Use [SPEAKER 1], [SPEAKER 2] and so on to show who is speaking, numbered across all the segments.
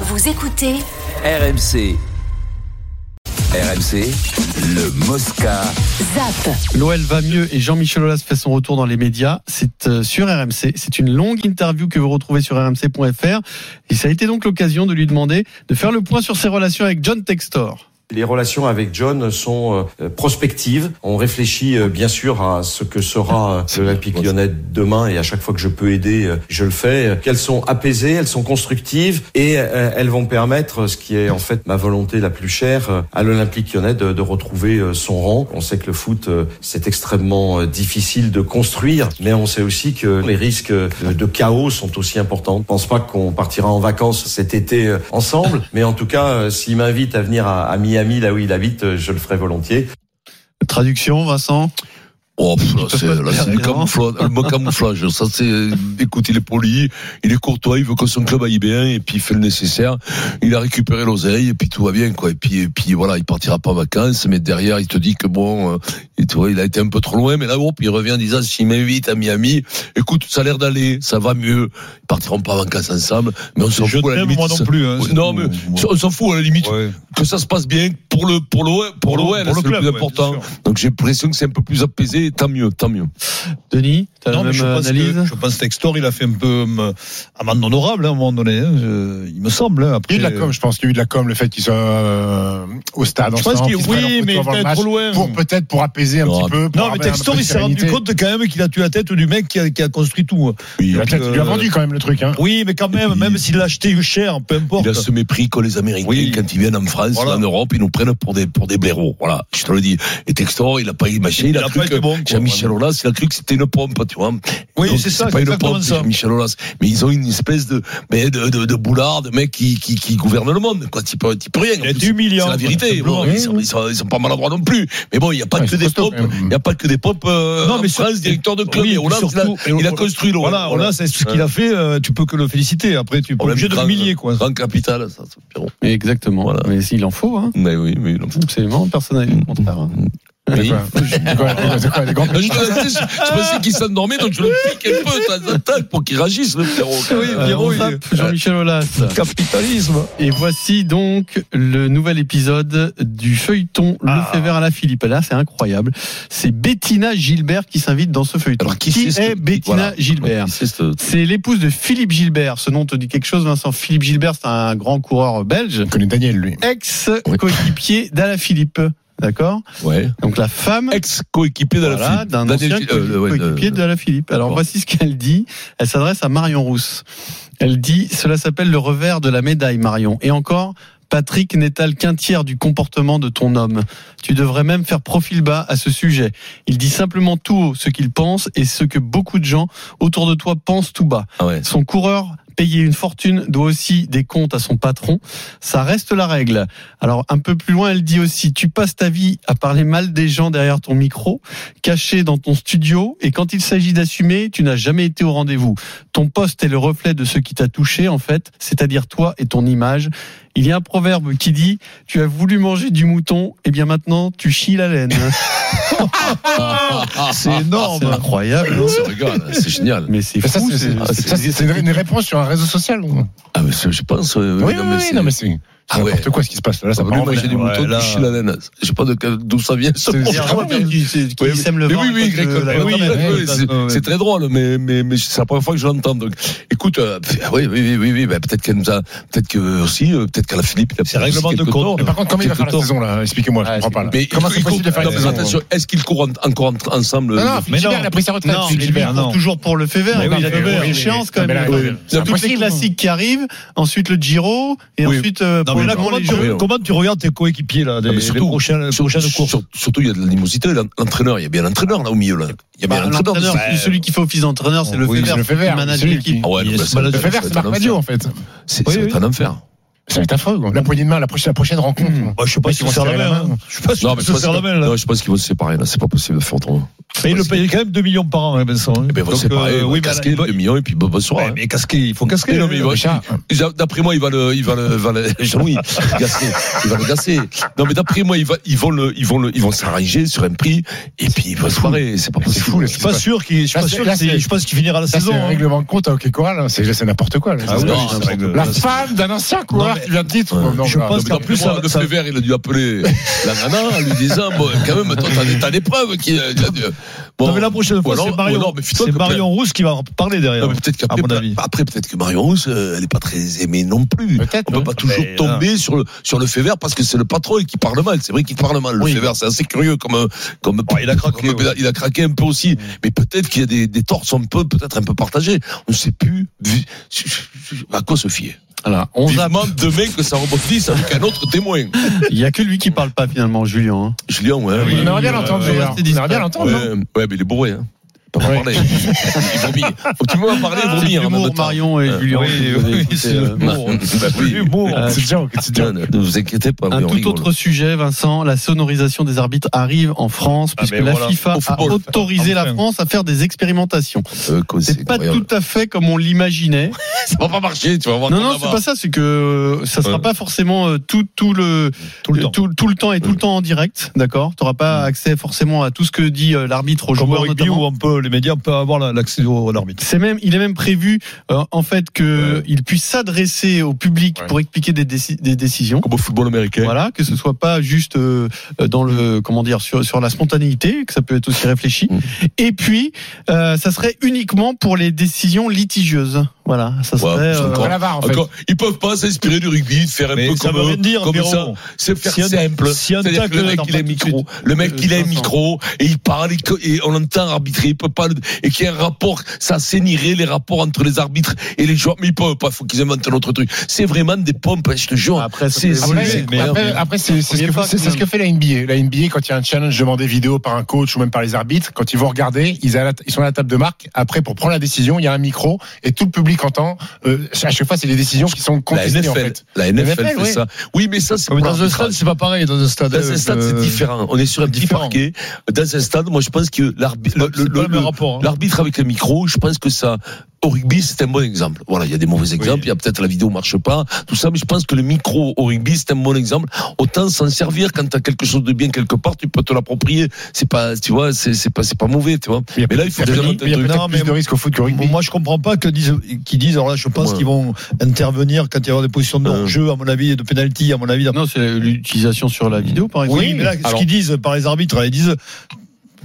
[SPEAKER 1] Vous écoutez
[SPEAKER 2] RMC. RMC, le Mosca.
[SPEAKER 1] ZAP.
[SPEAKER 3] L'OL va mieux et Jean-Michel Aulas fait son retour dans les médias. C'est euh, sur RMC. C'est une longue interview que vous retrouvez sur rmc.fr. Et ça a été donc l'occasion de lui demander de faire le point sur ses relations avec John Textor.
[SPEAKER 4] Les relations avec John sont euh, prospectives. On réfléchit euh, bien sûr à ce que sera euh, l'Olympique lyonnais demain et à chaque fois que je peux aider, euh, je le fais. Qu'elles sont apaisées, elles sont constructives et euh, elles vont permettre, ce qui est en fait ma volonté la plus chère, euh, à l'Olympique lyonnais de, de retrouver euh, son rang. On sait que le foot, euh, c'est extrêmement euh, difficile de construire, mais on sait aussi que les risques euh, de chaos sont aussi importants. Je pense pas qu'on partira en vacances cet été euh, ensemble, mais en tout cas, euh, s'il m'invite à venir à, à Miami, là où il habite, euh, je le ferai volontiers.
[SPEAKER 3] Traduction, Vincent
[SPEAKER 5] Oh, pff, là, c'est, là, c'est du
[SPEAKER 3] Rien.
[SPEAKER 5] camouflage, le bon camouflage. Ça, c'est, écoute, il est poli, il est courtois, il veut que son club aille bien, et puis il fait le nécessaire. Il a récupéré l'oseille, et puis tout va bien, quoi. Et puis, et puis voilà, il partira pas en vacances, mais derrière, il te dit que bon, euh, et tu vois, il a été un peu trop loin, mais là, hop, il revient en disant, s'il m'invite à Miami, écoute, ça a l'air d'aller, ça va mieux. Ils partiront pas en vacances ensemble, mais on s'en
[SPEAKER 6] Je
[SPEAKER 5] fout à la
[SPEAKER 6] t'aime
[SPEAKER 5] limite.
[SPEAKER 6] moi non
[SPEAKER 5] ça-
[SPEAKER 6] plus. hein,
[SPEAKER 5] Ouais,
[SPEAKER 6] c'est
[SPEAKER 5] non,
[SPEAKER 6] tout.
[SPEAKER 5] mais on s'en fout à la limite.
[SPEAKER 6] Ouais.
[SPEAKER 5] Que ça se passe bien pour le, pour l'OL, pour l'OL,
[SPEAKER 6] Pour
[SPEAKER 5] c'est le,
[SPEAKER 6] club,
[SPEAKER 5] plus
[SPEAKER 6] ouais,
[SPEAKER 5] important.
[SPEAKER 6] bien sûr.
[SPEAKER 5] Donc j'ai l'impression que c'est un peu plus apaisé, et tant mieux, tant mieux.
[SPEAKER 3] Denis, t'as la
[SPEAKER 6] Non, mais
[SPEAKER 3] même
[SPEAKER 6] je pense,
[SPEAKER 3] analyse
[SPEAKER 6] que, je pense que Textor, il a fait un peu euh, amende honorable hein, à un moment donné, hein, je- il me semble. hein,
[SPEAKER 7] Il
[SPEAKER 6] après,
[SPEAKER 7] y a eu de la com, je pense. Il y a eu de la com, le fait qu'ils soient euh, au stade
[SPEAKER 6] Je
[SPEAKER 7] ensemble,
[SPEAKER 6] pense qu'il
[SPEAKER 7] qu'ils se prennent en
[SPEAKER 6] oui,
[SPEAKER 7] photo
[SPEAKER 6] mais
[SPEAKER 7] avant le
[SPEAKER 6] peut-être
[SPEAKER 7] match,
[SPEAKER 6] trop loin.
[SPEAKER 7] Pour peut-être pour apaiser un
[SPEAKER 5] Non,
[SPEAKER 7] petit peu. pour
[SPEAKER 6] non, mais
[SPEAKER 7] avoir un
[SPEAKER 6] Textor,
[SPEAKER 7] peu de
[SPEAKER 6] il s'est rendu
[SPEAKER 7] sérénité.
[SPEAKER 6] compte quand même qu'il a tué la tête du mec qui a, qui a construit tout. hein.
[SPEAKER 7] Il a peut-être
[SPEAKER 6] Euh,
[SPEAKER 7] il lui a vendu quand même le truc. Hein.
[SPEAKER 6] Oui, mais quand même,
[SPEAKER 5] puis-
[SPEAKER 6] même s'il l'a acheté cher, peu importe.
[SPEAKER 5] Il a ce mépris que les Américains,
[SPEAKER 6] Oui.
[SPEAKER 5] quand ils viennent en France,
[SPEAKER 6] Voilà.
[SPEAKER 5] en Europe, ils nous prennent pour des, pour des blaireaux. Voilà, je te le dis. Et Textor, il a pas imaginé, il,
[SPEAKER 6] Il
[SPEAKER 5] a,
[SPEAKER 6] a
[SPEAKER 5] cru
[SPEAKER 6] pas été
[SPEAKER 5] que
[SPEAKER 6] bon, quoi,
[SPEAKER 5] Jean-Michel Aulas, il a cru que c'était une pompe, tu vois.
[SPEAKER 6] Oui,
[SPEAKER 5] Donc,
[SPEAKER 6] c'est ça,
[SPEAKER 5] pas
[SPEAKER 6] c'est
[SPEAKER 5] une
[SPEAKER 6] exactement
[SPEAKER 5] pompe,
[SPEAKER 6] ça.
[SPEAKER 5] Jean-Michel Aulas. Mais ils ont une espèce de, mais de, de, de boulard, de mec qui, qui, qui gouverne le monde. Quoi, tu peux, tu peux rien. En
[SPEAKER 6] Il a
[SPEAKER 5] plus,
[SPEAKER 6] été humiliant.
[SPEAKER 5] C'est la vérité.
[SPEAKER 6] quoi,
[SPEAKER 5] Bon,
[SPEAKER 6] simplement.
[SPEAKER 5] ils, sont, ils, sont, ils sont pas maladroits non plus. Mais bon, il n'y a pas
[SPEAKER 7] Ouais,
[SPEAKER 5] que
[SPEAKER 7] c'est
[SPEAKER 5] des
[SPEAKER 7] costaud,
[SPEAKER 5] pompes.
[SPEAKER 7] quand même.
[SPEAKER 5] Il n'y a pas que des pompes. euh,
[SPEAKER 6] Non, mais
[SPEAKER 5] en
[SPEAKER 6] sur-
[SPEAKER 5] France, directeur de club.
[SPEAKER 6] Oui,
[SPEAKER 5] et Aulas, il a-
[SPEAKER 6] surtout- et
[SPEAKER 5] il a
[SPEAKER 6] Aulas-
[SPEAKER 5] construit l'OL.
[SPEAKER 6] Voilà, voilà, c'est ce qu'il a fait, euh, tu peux que le féliciter. Après, tu es pas
[SPEAKER 5] On l'a
[SPEAKER 6] obligé
[SPEAKER 5] vu
[SPEAKER 6] de
[SPEAKER 5] grand-
[SPEAKER 6] l'humilier, quoi.
[SPEAKER 5] Grand capital, ça, c'est Pierrot.
[SPEAKER 3] Exactement.
[SPEAKER 5] Voilà.
[SPEAKER 3] Mais s'il en faut, hein.
[SPEAKER 5] Mais oui, mais il en faut.
[SPEAKER 3] Absolument, personne n'a dit le contraire. hein.
[SPEAKER 5] Oui.
[SPEAKER 7] Quoi C'est quoi, c'est quoi, c'est quoi, des grands
[SPEAKER 5] Ah, Je, te l'ai dit, je- je pensais qu'il s'endormait, donc je le pique un peu, t'as- t'as- t'as, pour qu'il réagisse, le frérot. quand même.
[SPEAKER 6] Oui, Pierrot,
[SPEAKER 3] Euh, on
[SPEAKER 6] il-
[SPEAKER 3] zappe Jean-Michel Aulas.
[SPEAKER 6] Capitalisme.
[SPEAKER 3] Et voici donc le nouvel épisode du feuilleton
[SPEAKER 6] Ah.
[SPEAKER 3] Le fait vert à la Philippe. Et là, c'est incroyable. C'est Bettina Gilbert qui s'invite dans ce feuilleton.
[SPEAKER 5] Alors, qui c'est ce-
[SPEAKER 3] est Bettina
[SPEAKER 5] voilà.
[SPEAKER 3] Gilbert
[SPEAKER 5] Qui c'est ce-
[SPEAKER 3] C'est l'épouse de Philippe Gilbert. Ce nom te dit quelque chose, Vincent. Philippe Gilbert, c'est un grand coureur belge,
[SPEAKER 7] Il connaît Daniel, lui.
[SPEAKER 3] ex-coéquipier d'Alaphilippe. D'accord
[SPEAKER 5] Ouais.
[SPEAKER 3] Donc la femme
[SPEAKER 5] Ex-coéquipier de la
[SPEAKER 3] voilà,
[SPEAKER 5] Philippe.
[SPEAKER 3] d'un
[SPEAKER 5] Daniel
[SPEAKER 3] ancien
[SPEAKER 5] Philippe, euh, ouais,
[SPEAKER 3] coéquipier
[SPEAKER 5] de-
[SPEAKER 3] de la Philippe. Alors
[SPEAKER 5] D'accord.
[SPEAKER 3] voici ce qu'elle dit. Elle s'adresse à Marion Rousse. Elle dit Cela s'appelle le revers de la médaille, Marion. Et encore, Patrick n'étale qu'un tiers du comportement de ton homme. Tu devrais même faire profil bas à ce sujet. Il dit simplement tout haut ce qu'il pense et ce que beaucoup de gens autour de toi pensent tout bas.
[SPEAKER 5] Ah ouais.
[SPEAKER 3] Son coureur payé une fortune doit aussi des comptes à son patron. Ça reste la règle. Alors un peu plus loin, elle dit aussi, tu passes ta vie à parler mal des gens derrière ton micro, caché dans ton studio, et quand il s'agit d'assumer, tu n'as jamais été au rendez-vous. Ton poste est le reflet de ce qui t'a touché, en fait, c'est-à-dire toi et ton image. Il y a un proverbe qui dit, tu as voulu manger du mouton, et bien maintenant, tu chies la laine.
[SPEAKER 6] Ah, C'est énorme.
[SPEAKER 3] C'est incroyable.
[SPEAKER 5] Ça rigole, Ah, hein, c'est génial.
[SPEAKER 3] Mais c'est
[SPEAKER 7] Mais ça,
[SPEAKER 3] fou.
[SPEAKER 7] c'est-
[SPEAKER 3] c'est-
[SPEAKER 7] c'est- ça, c'est c'est une réponse sur un réseau social. ou-
[SPEAKER 5] Ah, mais c'est- je pense. euh,
[SPEAKER 7] Oui, oui,
[SPEAKER 5] non, mais
[SPEAKER 7] oui,
[SPEAKER 5] c'est-
[SPEAKER 7] non, mais c'est
[SPEAKER 5] Ah
[SPEAKER 7] c'est
[SPEAKER 5] ouais.
[SPEAKER 7] n'importe quoi ce qui se passe là.
[SPEAKER 5] Ça
[SPEAKER 7] Ça
[SPEAKER 5] va
[SPEAKER 7] part
[SPEAKER 5] lui
[SPEAKER 7] en
[SPEAKER 5] manger
[SPEAKER 7] vrille.
[SPEAKER 5] du mouton,
[SPEAKER 6] Ouais, là.
[SPEAKER 5] du chien à la naine. Je sais pas de quel- d'où ça vient. ce
[SPEAKER 7] C'est-
[SPEAKER 5] mot. Ah,
[SPEAKER 3] C'est un
[SPEAKER 7] incroyable.
[SPEAKER 3] mec qui, qui
[SPEAKER 5] Oui, oui.
[SPEAKER 3] sème le
[SPEAKER 5] Mais
[SPEAKER 3] vent
[SPEAKER 5] oui, oui,
[SPEAKER 3] avec,
[SPEAKER 5] Greg,
[SPEAKER 3] euh, la
[SPEAKER 5] mais oui,
[SPEAKER 3] banane.
[SPEAKER 5] oui, oui, c'est-
[SPEAKER 6] ouais.
[SPEAKER 5] c'est très drôle, mais, mais, mais c'est la première fois que je l'entends. Donc, écoute, euh, pff, oui, oui, oui, oui, oui, bah, peut-être qu'elle nous a, peut-être que euh, aussi, euh, peut-être qu'à la Philippe, il a
[SPEAKER 6] C'est
[SPEAKER 5] peut-être
[SPEAKER 6] règlement
[SPEAKER 5] aussi
[SPEAKER 6] de
[SPEAKER 5] quelques
[SPEAKER 6] compte.
[SPEAKER 5] torts.
[SPEAKER 7] Mais par contre, comment il va faire la
[SPEAKER 5] Quelques
[SPEAKER 7] saison là Expliquez-moi, je
[SPEAKER 3] Ouais,
[SPEAKER 7] comprends pas. là.
[SPEAKER 5] Mais
[SPEAKER 7] Comment c'est
[SPEAKER 5] il court-
[SPEAKER 7] possible de faire
[SPEAKER 5] non,
[SPEAKER 7] la
[SPEAKER 5] mais
[SPEAKER 7] saison
[SPEAKER 5] attention, est-ce qu'il court en- encore en- ensemble euh,
[SPEAKER 7] Non,
[SPEAKER 5] le-
[SPEAKER 7] non,
[SPEAKER 6] Mais
[SPEAKER 7] Philippe Gilbert,
[SPEAKER 6] non.
[SPEAKER 7] il a pris sa retraite.
[SPEAKER 3] Non,
[SPEAKER 7] Philippe
[SPEAKER 6] mais
[SPEAKER 7] Gilbert,
[SPEAKER 6] non.
[SPEAKER 7] non.
[SPEAKER 3] toujours pour le fait vert.
[SPEAKER 6] Mais
[SPEAKER 3] il
[SPEAKER 6] oui,
[SPEAKER 3] a
[SPEAKER 6] mais
[SPEAKER 3] donné
[SPEAKER 6] oui,
[SPEAKER 3] une
[SPEAKER 6] mais-
[SPEAKER 3] échéance quand
[SPEAKER 7] mais
[SPEAKER 3] même.
[SPEAKER 7] là,
[SPEAKER 3] Oui.
[SPEAKER 7] c'est
[SPEAKER 3] C'est Après, c'est
[SPEAKER 7] impossible.
[SPEAKER 3] le classique qui arrive, ensuite le Giro, et
[SPEAKER 5] Oui.
[SPEAKER 3] ensuite euh,
[SPEAKER 6] Non, mais là, comment,
[SPEAKER 3] probablement les
[SPEAKER 6] tu-
[SPEAKER 3] Jeux.
[SPEAKER 5] jeux.
[SPEAKER 6] comment tu regardes tes coéquipiers là, des,
[SPEAKER 5] mais
[SPEAKER 6] les
[SPEAKER 5] surtout-
[SPEAKER 6] prochaines, les
[SPEAKER 5] Sur-
[SPEAKER 6] prochaines courses
[SPEAKER 5] sur- Surtout, il y a de l'animosité. L'en- L'entraîneur, il y a bien l'entraîneur là au milieu. Là. Il y a bien
[SPEAKER 3] Bah,
[SPEAKER 5] l'entraîneur.
[SPEAKER 3] l'entraîneur, bah,
[SPEAKER 5] de-
[SPEAKER 3] celui- celui qui fait office d'entraîneur, c'est le
[SPEAKER 7] Oui,
[SPEAKER 3] fait
[SPEAKER 7] c'est
[SPEAKER 3] vert.
[SPEAKER 7] le fait
[SPEAKER 3] qui
[SPEAKER 7] vert,
[SPEAKER 3] manage
[SPEAKER 7] celui
[SPEAKER 3] l'équipe.
[SPEAKER 7] qui-
[SPEAKER 5] Ah ouais,
[SPEAKER 6] Il
[SPEAKER 5] non, mais
[SPEAKER 6] est ce
[SPEAKER 5] ça-
[SPEAKER 6] malade-
[SPEAKER 7] Le fait vert,
[SPEAKER 5] ça
[SPEAKER 7] c'est
[SPEAKER 5] va être
[SPEAKER 7] Marc
[SPEAKER 5] un
[SPEAKER 7] Radio
[SPEAKER 5] enfer.
[SPEAKER 7] en fait.
[SPEAKER 5] C'est
[SPEAKER 6] Oui,
[SPEAKER 5] c'est
[SPEAKER 6] oui.
[SPEAKER 5] un enfer.
[SPEAKER 7] Ça va être affreux. quoi. Hmm. La poignée de main, la prochaine, la prochaine rencontre.
[SPEAKER 6] Bah, je sais pas
[SPEAKER 7] Mais
[SPEAKER 6] si
[SPEAKER 7] ils
[SPEAKER 6] on
[SPEAKER 7] vont
[SPEAKER 6] se serre
[SPEAKER 7] serrer
[SPEAKER 6] la
[SPEAKER 7] la
[SPEAKER 6] main.
[SPEAKER 7] main.
[SPEAKER 6] hein. Je sais pas si
[SPEAKER 5] Non,
[SPEAKER 6] on
[SPEAKER 5] mais je
[SPEAKER 6] se
[SPEAKER 5] pense
[SPEAKER 6] serre la main,
[SPEAKER 5] que-
[SPEAKER 6] là.
[SPEAKER 5] non, je pense qu'ils vont se séparer, là. C'est pas possible de faire autrement.
[SPEAKER 6] Mais il le
[SPEAKER 5] c'est-
[SPEAKER 6] paye quand même 2 millions par an, hein, Vincent. hein.
[SPEAKER 5] Eh ben, ils vont
[SPEAKER 6] Donc,
[SPEAKER 5] se séparer,
[SPEAKER 6] euh,
[SPEAKER 5] ils vont
[SPEAKER 6] oui, mais
[SPEAKER 5] casquer
[SPEAKER 6] il va-
[SPEAKER 5] deux millions, et puis bon, bonsoir.
[SPEAKER 6] Ouais,
[SPEAKER 5] hein.
[SPEAKER 6] mais casquer, il faut casquer. hein.
[SPEAKER 5] Mais non, mais il va-
[SPEAKER 7] Euh, Richard,
[SPEAKER 5] Ils a- D'après moi, il va le, il va le, il va le, Jean-Louis, gasser. Il va le gasser. Non, mais d'après moi, il va, ils vont le, ils vont le, ils vont s'arranger sur un prix, et puis ils vont se barrer. C'est pas
[SPEAKER 7] c'est fou.
[SPEAKER 5] possible.
[SPEAKER 6] Je suis
[SPEAKER 7] là, ce qui se
[SPEAKER 6] pas
[SPEAKER 7] passe.
[SPEAKER 6] sûr qu'il, je suis
[SPEAKER 7] Là,
[SPEAKER 6] pas
[SPEAKER 7] c'est-
[SPEAKER 6] sûr
[SPEAKER 7] là,
[SPEAKER 6] qu'il-
[SPEAKER 7] c'est-
[SPEAKER 6] je pense qu'il finira la
[SPEAKER 7] Ça, c'est
[SPEAKER 6] saison.
[SPEAKER 7] un
[SPEAKER 6] hein.
[SPEAKER 7] règlement de compte à Hockey Corral. hein. C'est là, c'est n'importe quoi. là.
[SPEAKER 6] Ah
[SPEAKER 7] C'est
[SPEAKER 6] oui,
[SPEAKER 7] pas
[SPEAKER 5] Non, euh,
[SPEAKER 7] juste.
[SPEAKER 5] c'est n'importe quoi.
[SPEAKER 7] la femme d'un ancien
[SPEAKER 6] Non,
[SPEAKER 7] coureur
[SPEAKER 6] mais-
[SPEAKER 7] qui vient de titre.
[SPEAKER 5] Ouais.
[SPEAKER 7] Non,
[SPEAKER 6] Je
[SPEAKER 7] bah,
[SPEAKER 6] pense
[SPEAKER 7] non,
[SPEAKER 5] En plus,
[SPEAKER 6] Ça-
[SPEAKER 5] ça, le
[SPEAKER 6] ça-
[SPEAKER 5] Prévert, il a dû appeler la nana en lui disant bon, quand même, toi, t'as des, t'as des preuves. Qui, euh, bon,
[SPEAKER 6] Non, mais la prochaine fois,
[SPEAKER 5] Ou alors-
[SPEAKER 6] c'est Marion,
[SPEAKER 5] ou alors, mais fais-toi
[SPEAKER 6] c'est
[SPEAKER 5] que-
[SPEAKER 6] Marion Rousse qui va en parler derrière.
[SPEAKER 5] Non, mais peut-être qu'après,
[SPEAKER 6] à mon avis.
[SPEAKER 5] après, peut-être que Marion Rousse, euh, elle n'est pas très aimée non plus.
[SPEAKER 7] Peut-être, hein.
[SPEAKER 5] On peut
[SPEAKER 3] Hein,
[SPEAKER 7] ouais.
[SPEAKER 5] pas toujours
[SPEAKER 6] Mais
[SPEAKER 5] tomber sur le, sur le fait vert parce que c'est le patron qui parle mal. C'est vrai qu'il parle mal. Le fait vert, c'est assez curieux comme, euh, comme,
[SPEAKER 3] Oh,
[SPEAKER 6] il a craqué,
[SPEAKER 5] comme-
[SPEAKER 6] ouais.
[SPEAKER 5] il a craqué un peu aussi.
[SPEAKER 3] Mm.
[SPEAKER 5] Mais peut-être qu'il y a des, des torts un peu, peut-être un peu partagés. On ne sait plus vi- à quoi se fier.
[SPEAKER 3] Voilà, on zappe.
[SPEAKER 5] Vivement demain que ça rebondisse avec un autre témoin.
[SPEAKER 3] Il y a que lui qui parle pas finalement, Julien. hein.
[SPEAKER 5] Julien, ouais.
[SPEAKER 6] Oui,
[SPEAKER 7] On aimerait bien
[SPEAKER 6] euh,
[SPEAKER 7] l'entendre.
[SPEAKER 6] ouais,
[SPEAKER 7] d'ailleurs.
[SPEAKER 3] c'est
[SPEAKER 7] On aimerait
[SPEAKER 3] discret.
[SPEAKER 7] bien hein. l'entendre.
[SPEAKER 5] Ouais,
[SPEAKER 7] non
[SPEAKER 5] ouais, mais il est bourré, hein. Pas
[SPEAKER 7] Ouais.
[SPEAKER 5] parler. Il vomit. Faut que tu me vois parler,
[SPEAKER 6] Ah,
[SPEAKER 3] C'est
[SPEAKER 5] vomir hein, en
[SPEAKER 3] l'humour
[SPEAKER 5] même temps.
[SPEAKER 3] Marion et
[SPEAKER 5] Euh,
[SPEAKER 3] Julien.
[SPEAKER 6] oui,
[SPEAKER 3] que vous
[SPEAKER 6] oui,
[SPEAKER 3] avez écouté,
[SPEAKER 6] c'est
[SPEAKER 3] euh,
[SPEAKER 5] Bah, bah oui.
[SPEAKER 6] L'humour.
[SPEAKER 5] Euh,
[SPEAKER 7] C'est joke. C'est
[SPEAKER 5] Non,
[SPEAKER 7] joke.
[SPEAKER 5] ne ne vous inquiétez pas.
[SPEAKER 3] Un
[SPEAKER 5] mais on
[SPEAKER 3] tout
[SPEAKER 5] rigole.
[SPEAKER 3] autre sujet, Vincent, la sonorisation des arbitres arrive en France
[SPEAKER 6] Ah,
[SPEAKER 3] puisque
[SPEAKER 6] mais
[SPEAKER 3] la
[SPEAKER 6] voilà,
[SPEAKER 3] FIFA
[SPEAKER 5] au
[SPEAKER 3] a
[SPEAKER 5] football.
[SPEAKER 3] autorisé la
[SPEAKER 6] Enfin.
[SPEAKER 3] France à faire des expérimentations.
[SPEAKER 5] Euh, quoi,
[SPEAKER 3] C'est pas
[SPEAKER 5] incroyable.
[SPEAKER 3] tout à fait comme on l'imaginait.
[SPEAKER 5] Ça va pas marcher, tu vas voir.
[SPEAKER 3] Non,
[SPEAKER 5] qu'on
[SPEAKER 3] non,
[SPEAKER 5] en
[SPEAKER 3] c'est
[SPEAKER 5] va.
[SPEAKER 3] pas ça. C'est que euh, ça sera
[SPEAKER 5] Ouais.
[SPEAKER 3] pas forcément euh, tout, tout le,
[SPEAKER 6] Tout le
[SPEAKER 3] euh,
[SPEAKER 6] temps.
[SPEAKER 3] tout, tout le temps et tout le temps en direct, d'accord. T'auras pas accès forcément à tout ce que dit euh, l'arbitre aux
[SPEAKER 6] Comme au
[SPEAKER 3] joueurs
[SPEAKER 6] rugby
[SPEAKER 3] notamment.
[SPEAKER 6] où on peut, les médias peuvent avoir la- l'accès au- à l'arbitre.
[SPEAKER 3] C'est même, il est même prévu euh, en fait que il puisse s'adresser au public
[SPEAKER 7] Ouais.
[SPEAKER 3] pour expliquer des, déci- des décisions.
[SPEAKER 5] Comme au football américain.
[SPEAKER 3] Voilà, que ce soit pas juste euh, euh, dans le comment dire sur sur la spontanéité, que ça peut être aussi réfléchi.
[SPEAKER 5] Mm.
[SPEAKER 3] Et puis, euh, ça serait uniquement pour les décisions litigieuses. Voilà, ça serait.
[SPEAKER 5] parce
[SPEAKER 3] euh,
[SPEAKER 5] qu'encore-
[SPEAKER 7] Pas la VAR, en fait.
[SPEAKER 5] Encore, ils peuvent pas s'inspirer du rugby, de faire un
[SPEAKER 6] Mais
[SPEAKER 5] peu
[SPEAKER 6] ça
[SPEAKER 5] comme,
[SPEAKER 6] veut rien
[SPEAKER 5] eux,
[SPEAKER 6] dire,
[SPEAKER 5] comme
[SPEAKER 6] Pierrot.
[SPEAKER 5] ça. C'est faire
[SPEAKER 6] Si un-
[SPEAKER 5] simple.
[SPEAKER 6] si un
[SPEAKER 5] C'est-à-dire que le
[SPEAKER 6] tacle
[SPEAKER 5] mec,
[SPEAKER 6] n'attend
[SPEAKER 5] il a
[SPEAKER 6] pas
[SPEAKER 5] un
[SPEAKER 6] tout de
[SPEAKER 5] micro.
[SPEAKER 6] suite.
[SPEAKER 5] Le mec,
[SPEAKER 3] Euh,
[SPEAKER 5] il a un
[SPEAKER 3] Vincent.
[SPEAKER 5] micro et il parle et que- et on l'entend arbitrer. Il peut pas, le- et qu'il y ait un rapport, ça saignerait les rapports entre les arbitres et les joueurs. Mais ils peuvent pas, faut qu'ils inventent un autre truc. C'est vraiment des pompes, hein, je te jure.
[SPEAKER 6] Ah,
[SPEAKER 3] Après, ça
[SPEAKER 5] c'est,
[SPEAKER 3] peut
[SPEAKER 5] c'est-
[SPEAKER 7] Après,
[SPEAKER 5] c'est
[SPEAKER 7] après,
[SPEAKER 5] incroyable.
[SPEAKER 7] après, après, c'est c'est ce,
[SPEAKER 3] Premier
[SPEAKER 7] que-
[SPEAKER 3] pas,
[SPEAKER 7] c'est-
[SPEAKER 3] quand
[SPEAKER 7] c'est ce que
[SPEAKER 3] même.
[SPEAKER 7] fait la NBA. La NBA, quand il y a un challenge demandé vidéo par un coach ou même par les arbitres, quand ils vont regarder, ils, à la- ils sont à la table de marque. Après, pour prendre la décision, il y a un micro et tout le public entend. Euh, à chaque fois, c'est des décisions qui sont
[SPEAKER 5] La
[SPEAKER 7] contestées,
[SPEAKER 5] NFL,
[SPEAKER 7] en fait.
[SPEAKER 5] la NFL fait
[SPEAKER 7] NFL, ouais.
[SPEAKER 5] ça. Oui, mais ça, c'est
[SPEAKER 6] Ah,
[SPEAKER 5] pas arbitrage.
[SPEAKER 7] c'est pas pareil. Dans un stade,
[SPEAKER 5] Dans un stade, c'est différent. On est sur un petit
[SPEAKER 7] différent.
[SPEAKER 5] parquet. Dans un stade, moi, je pense que l'arbitre, le-
[SPEAKER 6] C'est
[SPEAKER 5] le-
[SPEAKER 6] pas le
[SPEAKER 5] le-
[SPEAKER 6] même rapport. hein.
[SPEAKER 5] l'arbitre avec le micro, je pense que ça, au rugby, c'est un bon exemple. Voilà, il y a des mauvais exemples, il y a peut-être la vidéo marche pas, tout ça, mais je pense que le micro au rugby, c'est un bon exemple. Autant s'en servir quand t'as quelque chose de bien quelque part, tu peux te l'approprier. C'est pas, tu vois, c'est, c'est pas, c'est pas mauvais, tu vois. Mais là, il faut
[SPEAKER 7] Il y a
[SPEAKER 5] déjà
[SPEAKER 7] peut-être-
[SPEAKER 5] monter
[SPEAKER 7] il y a
[SPEAKER 5] un truc.
[SPEAKER 7] peut-être
[SPEAKER 6] Non, mais-
[SPEAKER 7] plus de risques au foot qu'au rugby.
[SPEAKER 6] Bon, Moi, je comprends pas que disent- qu'ils disent. Alors là, je pense
[SPEAKER 5] Ouais.
[SPEAKER 6] qu'ils vont intervenir quand il y aura des positions de
[SPEAKER 5] Ouais.
[SPEAKER 6] non-jeu, à mon avis, et de pénalty, à mon avis.
[SPEAKER 3] Ah Non, c'est l'utilisation sur la vidéo, par exemple.
[SPEAKER 6] Oui, mais là, ce
[SPEAKER 5] Alors-
[SPEAKER 6] qu'ils disent par les arbitres, hein, ils disent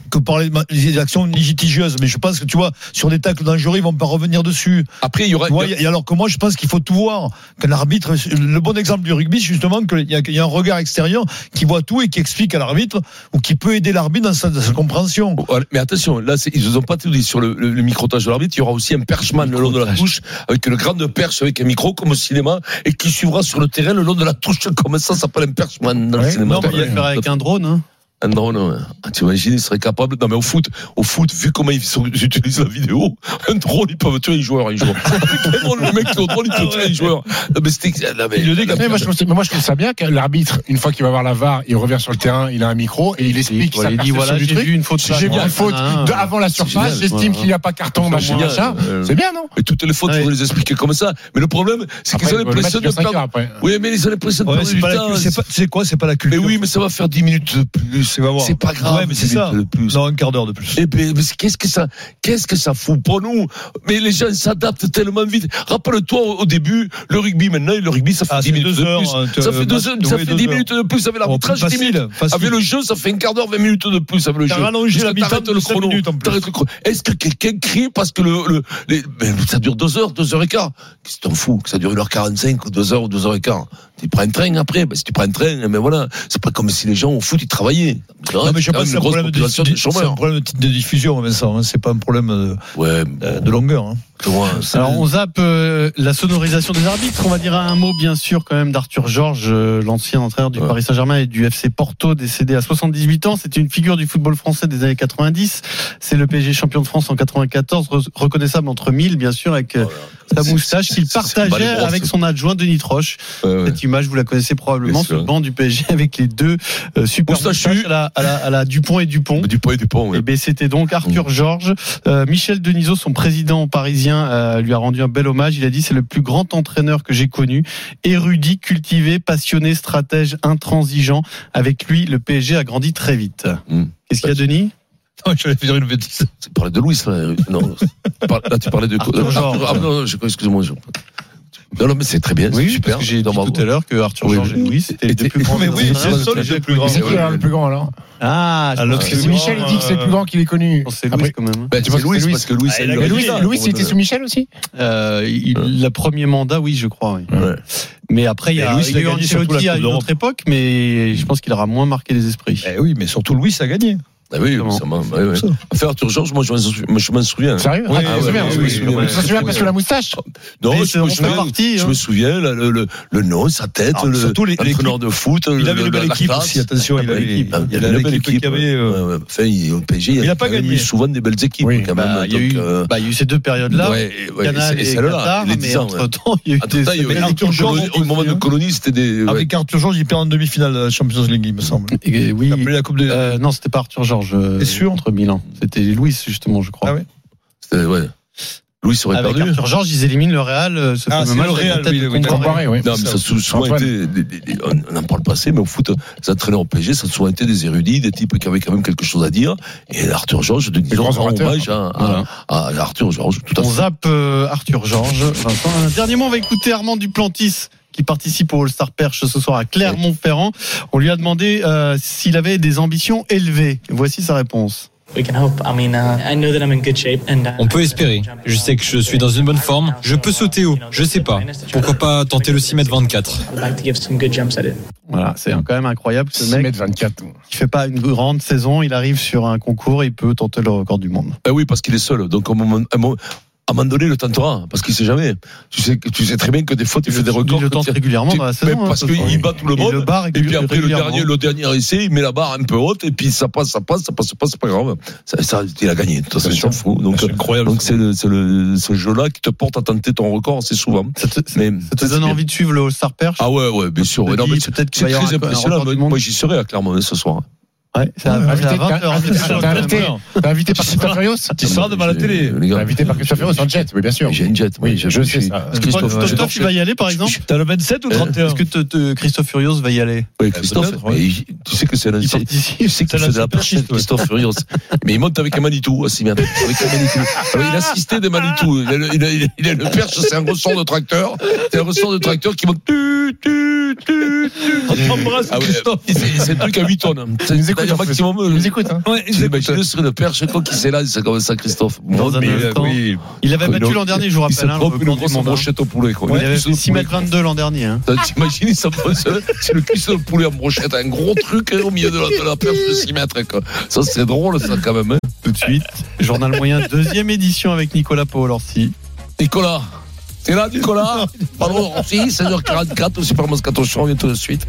[SPEAKER 6] que par les les actions litigieuses. Mais je pense que, tu vois, sur des tacles dangereux, ils vont pas revenir dessus.
[SPEAKER 5] Après, il y aura,
[SPEAKER 6] Tu vois, et alors que moi, je pense qu'il faut tout voir. Que l'arbitre, le bon exemple du rugby, c'est justement, qu'il y, a- qu'il y a un regard extérieur qui voit tout et qui explique à l'arbitre ou qui peut aider l'arbitre dans sa, dans sa compréhension.
[SPEAKER 5] Voilà, Mais attention, là, c'est- ils nous ont pas tout dit sur le, le, le microtage de l'arbitre. Il y aura aussi un perchman le long de la touche, avec une grande perche, avec un micro, comme au cinéma, et qui suivra sur le terrain le long de la touche, comme ça, ça s'appelle un perchman dans le
[SPEAKER 6] Ouais,
[SPEAKER 5] cinéma.
[SPEAKER 3] Non, mais il va le faire avec un drone. Hein.
[SPEAKER 5] Ah Non, non, ah, t'imagines, ils seraient capables. Non, mais au foot, au foot, vu comment ils, sont- ils utilisent la vidéo, un drone, ils peuvent tuer un joueur, un joueur. Avec un drone, le mec qui est au drone, il peut tuer un joueur. Non, mais c'était, ah, non, mais, non,
[SPEAKER 7] Mais moi, je trouve, mais moi, je trouve ça bien que l'arbitre, une fois qu'il va voir la VAR, il revient sur le terrain, il a un micro et il explique
[SPEAKER 3] Voilà,
[SPEAKER 7] sa
[SPEAKER 3] il dit
[SPEAKER 7] perception
[SPEAKER 3] voilà,
[SPEAKER 7] du
[SPEAKER 3] j'ai
[SPEAKER 7] truc.
[SPEAKER 3] vu une faute.
[SPEAKER 7] Si j'ai vu
[SPEAKER 3] là,
[SPEAKER 7] une faute
[SPEAKER 3] nanana,
[SPEAKER 7] de- avant la
[SPEAKER 5] C'est
[SPEAKER 7] surface,
[SPEAKER 5] génial,
[SPEAKER 7] j'espère
[SPEAKER 3] voilà.
[SPEAKER 7] qu'il n'y a pas carton, machin,
[SPEAKER 5] génial,
[SPEAKER 7] machin.
[SPEAKER 5] euh,
[SPEAKER 7] C'est bien, non
[SPEAKER 5] mais toutes les fautes, il
[SPEAKER 3] Ouais.
[SPEAKER 5] faut les expliquer comme ça. Mais le problème, c'est qu'ils
[SPEAKER 7] Après,
[SPEAKER 5] ont
[SPEAKER 7] le match
[SPEAKER 5] l'impression de Oh,
[SPEAKER 7] dure cinq
[SPEAKER 5] perdre.
[SPEAKER 7] heures après.
[SPEAKER 5] Oui, mais ils ont l'impression de
[SPEAKER 6] Ouais,
[SPEAKER 5] perdre
[SPEAKER 6] c'est
[SPEAKER 5] du
[SPEAKER 6] pas la
[SPEAKER 5] temps.
[SPEAKER 6] cul- c'est pas- c'est quoi C'est pas la
[SPEAKER 5] Mais
[SPEAKER 6] culture.
[SPEAKER 5] oui, mais ça va faire 10 minutes de plus.
[SPEAKER 6] Tu vas voir.
[SPEAKER 5] C'est pas grave.
[SPEAKER 6] Ouais, mais
[SPEAKER 5] 10
[SPEAKER 6] c'est ça.
[SPEAKER 5] minutes de plus.
[SPEAKER 6] Non, un quart d'heure de plus.
[SPEAKER 5] Eh ben, mais qu'est-ce que ça, qu'est-ce que ça fout pour nous Mais les gens s'adaptent tellement vite. Rappelle-toi au au début, le rugby maintenant, le rugby ça fait
[SPEAKER 6] Ah,
[SPEAKER 5] 10
[SPEAKER 6] c'est
[SPEAKER 5] minutes
[SPEAKER 6] deux
[SPEAKER 5] de
[SPEAKER 6] heures,
[SPEAKER 5] plus.
[SPEAKER 6] hein, tu-
[SPEAKER 5] ça fait
[SPEAKER 6] euh,
[SPEAKER 5] deux, heures, ça
[SPEAKER 6] oui,
[SPEAKER 5] fait
[SPEAKER 6] deux
[SPEAKER 5] 10
[SPEAKER 6] heures.
[SPEAKER 5] minutes de plus avec l'arbitrage,
[SPEAKER 6] Oh,
[SPEAKER 5] 10 minutes.
[SPEAKER 6] facile, facile.
[SPEAKER 5] Avec le jeu, ça fait un quart d'heure, 20 minutes de plus avec le
[SPEAKER 6] T'as
[SPEAKER 5] jeu.
[SPEAKER 6] rallongé
[SPEAKER 5] Parce
[SPEAKER 6] la
[SPEAKER 5] que
[SPEAKER 6] mi-temps
[SPEAKER 5] t'arrêtes
[SPEAKER 6] de
[SPEAKER 5] le
[SPEAKER 6] cinq
[SPEAKER 5] chrono.
[SPEAKER 6] minutes en plus.
[SPEAKER 5] T'arrêtes le chrono. Est-ce que quelqu'un crie parce que le, le- les- mais ça dure deux heures, deux heures et quart Qu'est-ce que t'en fous Que ça dure 1h45 ou eh ben, deux heures ou deux heures et quart Tu prends un train après. Ben, si tu prends un train, mais voilà. C'est pas comme si les gens au foot ils travaillaient. oui.
[SPEAKER 6] Non, mais je sais pas
[SPEAKER 5] Une
[SPEAKER 6] si c'est un,
[SPEAKER 5] grosse
[SPEAKER 6] problème de,
[SPEAKER 5] population de
[SPEAKER 6] c'est un
[SPEAKER 5] chômeurs.
[SPEAKER 6] problème de titre de diffusion, Vincent. hein. C'est pas un problème euh,
[SPEAKER 5] Ouais,
[SPEAKER 6] euh, de longueur. hein.
[SPEAKER 5] bon, c'est-
[SPEAKER 3] Alors on zappe euh, la sonorisation des arbitres. On va dire un mot bien sûr quand même d'Arthur Georges, euh, l'ancien entraîneur du
[SPEAKER 5] Ouais.
[SPEAKER 3] Paris Saint-Germain et du FC Porto, décédé à 78 ans. C'était une figure du football français des années 90. C'est le PSG champion de France en 94, re- reconnaissable entre mille bien sûr avec euh,
[SPEAKER 5] Voilà.
[SPEAKER 3] sa
[SPEAKER 5] Oh C'est-
[SPEAKER 3] moustache
[SPEAKER 5] c'est-
[SPEAKER 3] qu'il
[SPEAKER 5] c'est- c'est pas les
[SPEAKER 3] partageait
[SPEAKER 5] grosses.
[SPEAKER 3] avec son adjoint Denis Troche.
[SPEAKER 5] Ouais, ouais.
[SPEAKER 3] Cette image vous la connaissez probablement,
[SPEAKER 5] Bien
[SPEAKER 3] ce
[SPEAKER 5] sûr.
[SPEAKER 3] banc du PSG avec les deux euh, super
[SPEAKER 5] Moustachu.
[SPEAKER 3] moustaches à la, à la- à la Dupont et Dupont.
[SPEAKER 5] Mais Du poids et du pont, ouais.
[SPEAKER 3] Eh ben, c'était donc Arthur Georges. Euh, Michel Denisot, son président parisien, euh, lui a rendu un bel hommage. Il a dit c'est le plus grand entraîneur que j'ai connu. Érudit, cultivé, passionné, stratège, intransigeant. Avec lui, le PSG a grandi très vite.
[SPEAKER 5] Mm.
[SPEAKER 3] Qu'est-ce qu'il y a, Denis
[SPEAKER 6] Non, je vais dire une bêtise.
[SPEAKER 5] Tu parlais de Louis, là. euh, Non, Tu par- là, tu parlais de.
[SPEAKER 3] Arthur Georges.
[SPEAKER 5] Ah, non, non, je- excuse-moi. je- Non, non, mais c'est très bien. c'est super.
[SPEAKER 3] parce que j'ai dit
[SPEAKER 5] Non, bravo.
[SPEAKER 3] tout à l'heure que Arthur
[SPEAKER 5] Oui,
[SPEAKER 3] Georges et
[SPEAKER 5] oui.
[SPEAKER 3] Louis, c'était
[SPEAKER 5] Et
[SPEAKER 3] les deux
[SPEAKER 5] t'es-
[SPEAKER 3] plus grands.
[SPEAKER 5] Mais oui,
[SPEAKER 3] entraîneurs de
[SPEAKER 5] c'est ça,
[SPEAKER 3] la
[SPEAKER 5] le
[SPEAKER 3] planète.
[SPEAKER 6] plus grand.
[SPEAKER 7] C'est qui
[SPEAKER 5] ouais,
[SPEAKER 7] alors,
[SPEAKER 5] ouais.
[SPEAKER 7] le plus grand alors
[SPEAKER 3] Ah, je
[SPEAKER 6] Ah,
[SPEAKER 3] pense
[SPEAKER 6] l'autre,
[SPEAKER 3] que
[SPEAKER 6] c'est
[SPEAKER 3] c'est
[SPEAKER 6] bon,
[SPEAKER 7] Michel
[SPEAKER 3] Michel.
[SPEAKER 7] il dit que c'est le
[SPEAKER 6] euh,
[SPEAKER 7] plus grand qu'il ait connu.
[SPEAKER 3] C'est
[SPEAKER 7] Après-
[SPEAKER 3] Louis quand même. hein.
[SPEAKER 5] Ben, tu
[SPEAKER 7] Mais
[SPEAKER 5] vois,
[SPEAKER 7] Louis,
[SPEAKER 5] c'est Louis, parce que Louis,
[SPEAKER 6] ah,
[SPEAKER 5] ça,
[SPEAKER 6] il a
[SPEAKER 5] il
[SPEAKER 7] Mais
[SPEAKER 6] gagné.
[SPEAKER 5] aurait-
[SPEAKER 7] Louis,
[SPEAKER 6] Louis,
[SPEAKER 7] Louis était
[SPEAKER 5] euh,
[SPEAKER 7] sous Michel aussi
[SPEAKER 3] Euh, il- le premier mandat, oui, je crois. oui.
[SPEAKER 5] Ouais.
[SPEAKER 3] Mais après, il y
[SPEAKER 6] Et
[SPEAKER 3] a,
[SPEAKER 6] Louis,
[SPEAKER 3] il y
[SPEAKER 6] il a
[SPEAKER 3] a eu
[SPEAKER 6] gagné surtout la
[SPEAKER 3] Ancelotti
[SPEAKER 6] Coupe
[SPEAKER 3] à une
[SPEAKER 6] d'Europe.
[SPEAKER 3] autre époque, mais je pense qu'il aura moins marqué les esprits.
[SPEAKER 6] Eh oui, mais surtout Louis a gagné.
[SPEAKER 5] Ah oui,
[SPEAKER 3] Comment
[SPEAKER 5] ça m'a. ouais, ouais.
[SPEAKER 6] Ça.
[SPEAKER 5] Enfin, Arthur Georges, moi, je m'en sou- moi, je m'en souviens.
[SPEAKER 7] Sérieux
[SPEAKER 6] Oui,
[SPEAKER 7] Ah,
[SPEAKER 6] oui,
[SPEAKER 7] tu te souviens,
[SPEAKER 6] oui,
[SPEAKER 7] tu te
[SPEAKER 6] oui,
[SPEAKER 7] souviens.
[SPEAKER 6] oui.
[SPEAKER 7] Tu te souviens parce que la moustache
[SPEAKER 5] Non,
[SPEAKER 3] Mais
[SPEAKER 5] je
[SPEAKER 3] c'est-
[SPEAKER 5] me
[SPEAKER 3] on fait
[SPEAKER 5] souviens.
[SPEAKER 3] partie,
[SPEAKER 5] je
[SPEAKER 3] hein.
[SPEAKER 5] me souviens, là, le, le, le nom, sa tête,
[SPEAKER 6] Ah,
[SPEAKER 5] le,
[SPEAKER 6] surtout les-
[SPEAKER 5] l'entraîneur de foot.
[SPEAKER 6] Il
[SPEAKER 5] le-
[SPEAKER 6] avait une
[SPEAKER 5] le-
[SPEAKER 6] belle
[SPEAKER 5] la
[SPEAKER 6] équipe
[SPEAKER 5] classe.
[SPEAKER 6] aussi, attention, il
[SPEAKER 5] Ah,
[SPEAKER 6] avait-
[SPEAKER 5] l'équipe,
[SPEAKER 6] il avait
[SPEAKER 5] une
[SPEAKER 6] l'équipe
[SPEAKER 5] belle équipe,
[SPEAKER 6] qu'il y avait,
[SPEAKER 5] ouais.
[SPEAKER 6] euh,
[SPEAKER 5] Ouais, ouais. Enfin, il- au PSG,
[SPEAKER 6] Il a
[SPEAKER 5] y
[SPEAKER 6] pas
[SPEAKER 5] quand même
[SPEAKER 6] gagné.
[SPEAKER 5] eu souvent des belles équipes,
[SPEAKER 7] Oui,
[SPEAKER 5] quand même.
[SPEAKER 3] Bah, il y, a
[SPEAKER 5] donc,
[SPEAKER 3] eu-
[SPEAKER 5] euh,
[SPEAKER 3] bah, il y a eu ces deux périodes-là.
[SPEAKER 5] ouais, ouais,
[SPEAKER 3] Canal
[SPEAKER 5] et
[SPEAKER 3] et,
[SPEAKER 5] celle-là,
[SPEAKER 3] Qatar,
[SPEAKER 5] il est
[SPEAKER 3] mais
[SPEAKER 5] 10 ans, ouais.
[SPEAKER 3] entre-temps, il y a eu
[SPEAKER 5] Ah,
[SPEAKER 3] des...
[SPEAKER 5] t'as, il y a eu-
[SPEAKER 6] Mais Arthur
[SPEAKER 5] au
[SPEAKER 6] Georges,
[SPEAKER 5] moment-
[SPEAKER 6] on
[SPEAKER 5] au moment
[SPEAKER 6] peut
[SPEAKER 5] de
[SPEAKER 6] dire.
[SPEAKER 5] colonie, c'était des. ouais.
[SPEAKER 6] Avec Arthur Georges, il perd en demi-finale de la Champions League, il me semble.
[SPEAKER 3] Et oui,
[SPEAKER 6] Il a appelé la Coupe de.
[SPEAKER 3] euh, non, c'était pas Arthur Georges euh,
[SPEAKER 6] T'es sûr
[SPEAKER 3] contre Milan. C'était Louis, justement, je crois.
[SPEAKER 6] Ah ouais
[SPEAKER 5] C'était- ouais. Louis aurait
[SPEAKER 3] Avec
[SPEAKER 5] perdu.
[SPEAKER 3] Arthur Georges, ils éliminent le Real. euh, Ce
[SPEAKER 6] Ah,
[SPEAKER 3] fameux
[SPEAKER 6] c'est
[SPEAKER 3] match
[SPEAKER 6] le
[SPEAKER 3] avec la
[SPEAKER 6] Real,
[SPEAKER 3] tête
[SPEAKER 6] oui,
[SPEAKER 3] de
[SPEAKER 6] oui,
[SPEAKER 3] Comparé.
[SPEAKER 6] d'accord.
[SPEAKER 7] Comparé, oui.
[SPEAKER 5] Non, mais ça a sou- souvent
[SPEAKER 7] Antoine.
[SPEAKER 5] été, des- des- des- on on en parle pas assez, mais au foot, les entraîneurs au PSG, ça a souvent été des érudits, des types qui avaient quand même quelque chose à dire. Et Arthur Georges, de disons,
[SPEAKER 7] grands
[SPEAKER 5] rend
[SPEAKER 7] orateurs.
[SPEAKER 5] hommage à, à-
[SPEAKER 3] Voilà.
[SPEAKER 5] à Arthur Georges, tout à
[SPEAKER 3] On
[SPEAKER 5] fait.
[SPEAKER 3] zappe euh, Arthur Georges. Vincent, un dernier mot, on va écouter Armand Duplantis qui participe au All-Star Perche ce soir à Clermont-Ferrand. On lui a demandé euh, s'il avait des ambitions élevées. Voici sa réponse.
[SPEAKER 1] uh, On peut espérer. Je sais que je suis dans une bonne forme. Je peux sauter haut. Je sais pas. Pourquoi pas tenter le 6 m 24
[SPEAKER 3] Voilà, c'est quand même incroyable ce
[SPEAKER 7] 6
[SPEAKER 3] mec
[SPEAKER 7] mètres 24.
[SPEAKER 3] qui fait pas une grande saison, il arrive sur un concours, il peut tenter le record du monde.
[SPEAKER 5] Eh oui, parce qu'il est seul. Donc, à un moment, à un moment- à un moment donné, le tentera, parce qu'il sait jamais. Tu sais, que- tu sais très bien que des fois, tu fais des records.
[SPEAKER 3] il le
[SPEAKER 5] que
[SPEAKER 3] tente
[SPEAKER 5] tu-
[SPEAKER 3] régulièrement
[SPEAKER 5] tu-
[SPEAKER 3] dans la
[SPEAKER 5] mais
[SPEAKER 3] saison. hein,
[SPEAKER 5] parce
[SPEAKER 3] ce soir.
[SPEAKER 5] qu'il bat tout le
[SPEAKER 3] Il
[SPEAKER 5] monde.
[SPEAKER 3] le barre
[SPEAKER 5] Et puis après, le
[SPEAKER 3] régulièrement.
[SPEAKER 5] dernier, le dernier essai, il met la barre un peu haute, et puis ça passe, ça passe, ça passe pas, c'est pas grave. Ça, ça, il a gagné. De toute façon,
[SPEAKER 7] Bien
[SPEAKER 5] il s'en fout. Donc,
[SPEAKER 7] C'est incroyable.
[SPEAKER 5] donc c'est le, c'est le- ce jeu-là qui te porte à tenter ton record assez souvent.
[SPEAKER 3] Ça te, ça
[SPEAKER 5] Mais
[SPEAKER 3] te
[SPEAKER 5] ça, c'est
[SPEAKER 3] donne
[SPEAKER 5] bien.
[SPEAKER 3] envie de suivre le All-Star Perche
[SPEAKER 5] Ah ouais, ouais, bien sûr.
[SPEAKER 3] te
[SPEAKER 5] Ouais, non,
[SPEAKER 3] dis,
[SPEAKER 5] mais c'est
[SPEAKER 3] peut-être qu'il
[SPEAKER 5] c'est
[SPEAKER 3] va y avoir
[SPEAKER 5] très
[SPEAKER 3] un- un
[SPEAKER 5] impressionnant.
[SPEAKER 3] record du
[SPEAKER 5] Moi,
[SPEAKER 3] monde.
[SPEAKER 5] j'y serai à Clermont hein, ce soir.
[SPEAKER 3] Ouais, c'est à,
[SPEAKER 5] Ah,
[SPEAKER 6] Ouais,
[SPEAKER 3] c'est à
[SPEAKER 7] t'es-
[SPEAKER 3] 20
[SPEAKER 7] t'es-
[SPEAKER 3] heures.
[SPEAKER 7] t'es invité. T'es invité par Christophe Furios
[SPEAKER 6] Tu seras devant la télé.
[SPEAKER 5] Les
[SPEAKER 7] T'es
[SPEAKER 5] gars,
[SPEAKER 7] invité par Christophe Furios en jet, oui, bien sûr.
[SPEAKER 5] j'ai une jet.
[SPEAKER 7] Oui,
[SPEAKER 5] ouais,
[SPEAKER 7] je
[SPEAKER 5] je
[SPEAKER 7] sais
[SPEAKER 5] suis-
[SPEAKER 7] ça.
[SPEAKER 5] Christophe,
[SPEAKER 3] Christophe,
[SPEAKER 5] ouais.
[SPEAKER 3] Christophe, il va y aller par exemple
[SPEAKER 6] T'as le 27 ou
[SPEAKER 5] Euh,
[SPEAKER 6] 31
[SPEAKER 3] Est-ce que te- te- Christophe Furios va y aller
[SPEAKER 5] Ouais, Christophe,
[SPEAKER 6] peut-être,
[SPEAKER 5] mais il- tu sais que c'est
[SPEAKER 3] Il
[SPEAKER 5] l'ancien.
[SPEAKER 3] participe.
[SPEAKER 5] Tu sais qu'il faisait
[SPEAKER 6] C'est
[SPEAKER 5] la
[SPEAKER 6] l'ancien
[SPEAKER 5] perchette,
[SPEAKER 6] perchiste, ouais.
[SPEAKER 5] Christophe Furios. Mais il monte avec un Manitou aussi bien. Avec un Manitou. Alors, il assistait des Manitou. Il a le, il a- il a- il a le perche, c'est un ressort de tracteur. C'est un ressort de tracteur qui monte. Tu, tu, tu, tu.
[SPEAKER 6] T'embrasses
[SPEAKER 5] Ah ouais,
[SPEAKER 6] Christophe.
[SPEAKER 5] c'est- C'est un truc à 8 tonnes. C'est
[SPEAKER 7] nous écoute,
[SPEAKER 5] c'est-à-dire
[SPEAKER 7] en plus.
[SPEAKER 5] maximum. euh,
[SPEAKER 7] Il nous écoute, hein.
[SPEAKER 6] Ouais,
[SPEAKER 5] Tu
[SPEAKER 6] exact.
[SPEAKER 5] imagines sur le perche quand qui s'élance comme ça, Christophe.
[SPEAKER 3] Dans un
[SPEAKER 5] Mais,
[SPEAKER 3] autre
[SPEAKER 5] euh,
[SPEAKER 3] temps.
[SPEAKER 5] oui.
[SPEAKER 3] Il avait battu
[SPEAKER 5] Il-
[SPEAKER 3] l'an dernier, je vous
[SPEAKER 5] Il se
[SPEAKER 3] rappelle. hein,
[SPEAKER 5] trompe
[SPEAKER 3] le
[SPEAKER 5] une
[SPEAKER 3] record du
[SPEAKER 5] grosse
[SPEAKER 3] monde, hein.
[SPEAKER 5] brochette au poulet. Quoi.
[SPEAKER 3] Il
[SPEAKER 5] Il a
[SPEAKER 3] avait
[SPEAKER 5] cuisson
[SPEAKER 3] fait
[SPEAKER 5] au
[SPEAKER 3] 6
[SPEAKER 5] poulet.
[SPEAKER 3] mètres 22 l'an dernier. hein.
[SPEAKER 5] Ça, T'imagines, il s'approche, c'est le cuisson au poulet en brochette, un gros truc hein, au milieu de la, de la perche de 6 mètres. Quoi. Ça, c'est drôle, ça, quand même. hein.
[SPEAKER 3] Tout de suite, Journal Moyen, deuxième édition avec Nicolas Paolorsi.
[SPEAKER 5] Nicolas, t'es là, Nicolas Pardon, si, 16h44 au Super Moscato Show, on vient tout de suite.